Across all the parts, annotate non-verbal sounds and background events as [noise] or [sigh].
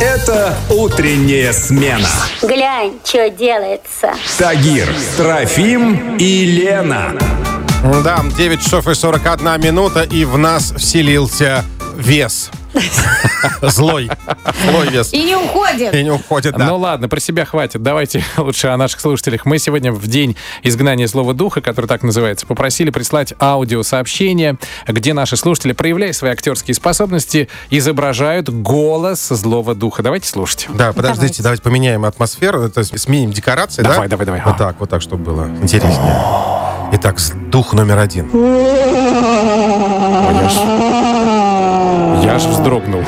Это утренняя смена. Глянь, что делается. Тагир, Трофим и Лена. Ну Да, 9 часов и 41 минута, и в нас вселился [laughs] вес. Злой. Злой вес. И не уходит. И не уходит, да. Ну ладно, про себя хватит. Давайте [laughs] лучше о наших слушателях. Мы сегодня в день изгнания злого духа, который так называется, попросили прислать аудиосообщение, где наши слушатели, проявляя свои актерские способности, изображают голос злого духа. Давайте слушать. Да, подождите, давайте, поменяем атмосферу, то есть сменим декорации, Давай, да? давай, давай. Вот А. так, вот так, чтобы было интереснее. Итак, с- дух номер один. Я ж, я ж вздрогнул.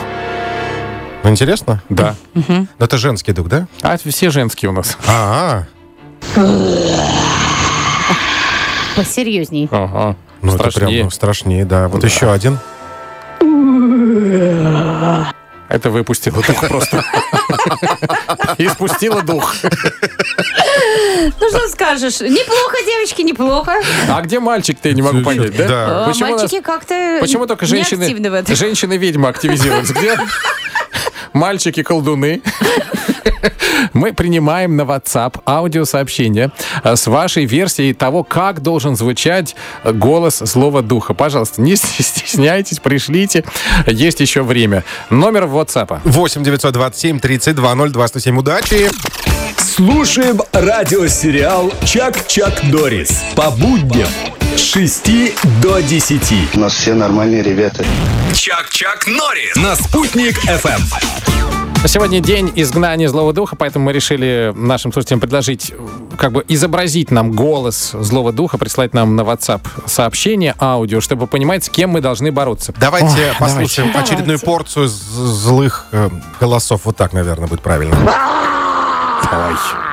Ну, интересно? Да. Но это женский дух, да? А все женские у нас. А, Посерьезней. Ага. ну это прям Страшнее. ну, страшнее, да. Вот еще один. Это выпустило дух [laughs] просто. И спустило дух. Ну что скажешь? Неплохо, девочки, неплохо. А где мальчик, ты не могу понять, да? Да. А, Почему у нас- Мальчики как-то Почему только женщины... неактивны в этом. Женщины-ведьмы активизируются. Где мальчики-колдуны? Мы принимаем на WhatsApp аудиосообщение э, с вашей версией того, как должен звучать э, голос злого духа. Пожалуйста, не [laughs] стесняйтесь, пришлите. Есть еще время. Номер WhatsApp. 8 927 32 0 207. Удачи! Слушаем радиосериал «Чак-Чак Дорис» по будням с 6 до 10. У нас все нормальные ребята. Чак-Чак Норрис на «Спутник Эм». ФМ». Сегодня день изгнания злого духа, поэтому мы решили нашим слушателям предложить, э, как бы изобразить нам голос злого духа, прислать нам на WhatsApp сообщение, аудио, чтобы понимать, с кем мы должны бороться. Давайте послушаем Давайте. очередную порцию з- злых э, голосов. Вот так, наверное, будет правильно.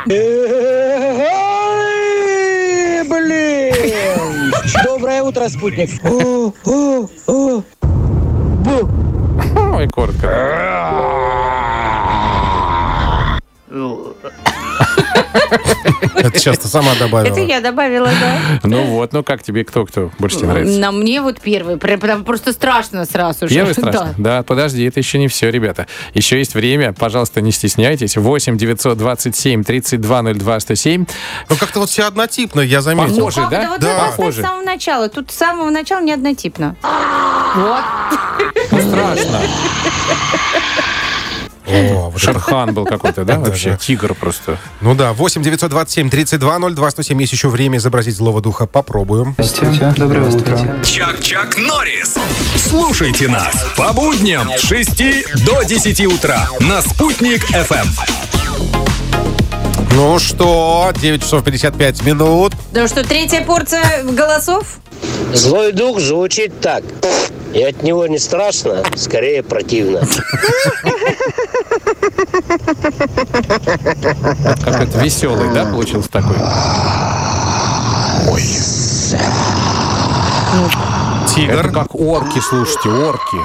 Эй, блин! Доброе утро, спутник. О, о, о. Ой, Ну коротко. Это сейчас ты сама добавила. Это я добавила, да. Ну вот, ну как тебе, кто, кто больше [laughs] тебе нравится? На мне вот первый. Прям прям просто страшно сразу же. Первый Ну, [laughs] Да. страшно? Да. подожди, это еще не все, ребята. Еще есть время, пожалуйста, не стесняйтесь. 8 927 3202 107. Ну, как-то вот все однотипно, я заметил. Похоже. Ну, Как-то да? вот Да. это оставь с Похоже. самого начала. Тут с самого начала не однотипно. Вот. Ну, страшно. О, вот это- Шерхан был какой-то, да, Да, вообще? да. Тигр просто. Ну да, 8 927 32 0 207. Есть еще время изобразить злого духа. Попробуем. Доброе утро. Чак-Чак Норрис. Слушайте нас по будням с 6 до 10 утра на «Спутник Эм». ФМ». Ну что, 9 часов 55 минут. Да что, третья порция голосов? Злой дух звучит так. И от него не страшно, скорее противно. Какой-то веселый, да, получился такой? Это Тигр. как орки, слушайте, орки.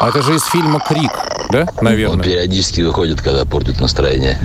А это же из фильма «Крик», да, наверное? Периодически выходит, когда портит настроение.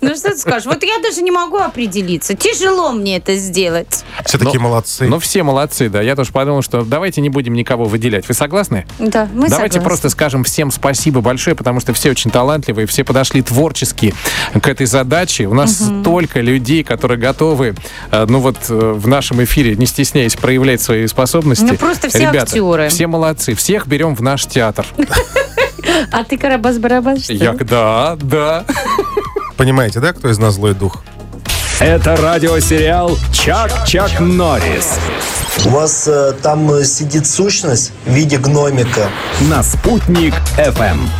Ну что ты скажешь? Вот я даже не могу определиться. Тяжело мне это сделать. Все-таки Ну, молодцы. Ну, все молодцы, да. Я тоже подумал, что давайте не будем никого выделять. Вы согласны? Да, мы Давайте согласны. просто скажем всем спасибо большое, потому что все очень талантливые, все подошли творчески к этой задаче. У нас столько людей, которые готовы, э, ну вот э, в нашем эфире, не стесняясь, проявлять свои способности. Ну, просто все Ребята, актеры. Все молодцы. Всех берем в [laughs] наш театр. А ты Карабас-Барабас, что ли? Я, да, да. Понимаете, да, кто из нас злой дух? Это радиосериал «Чак-Чак Норрис» У вас э, там э, сидит сущность в виде гномика. на «Спутник Эм». ФМ».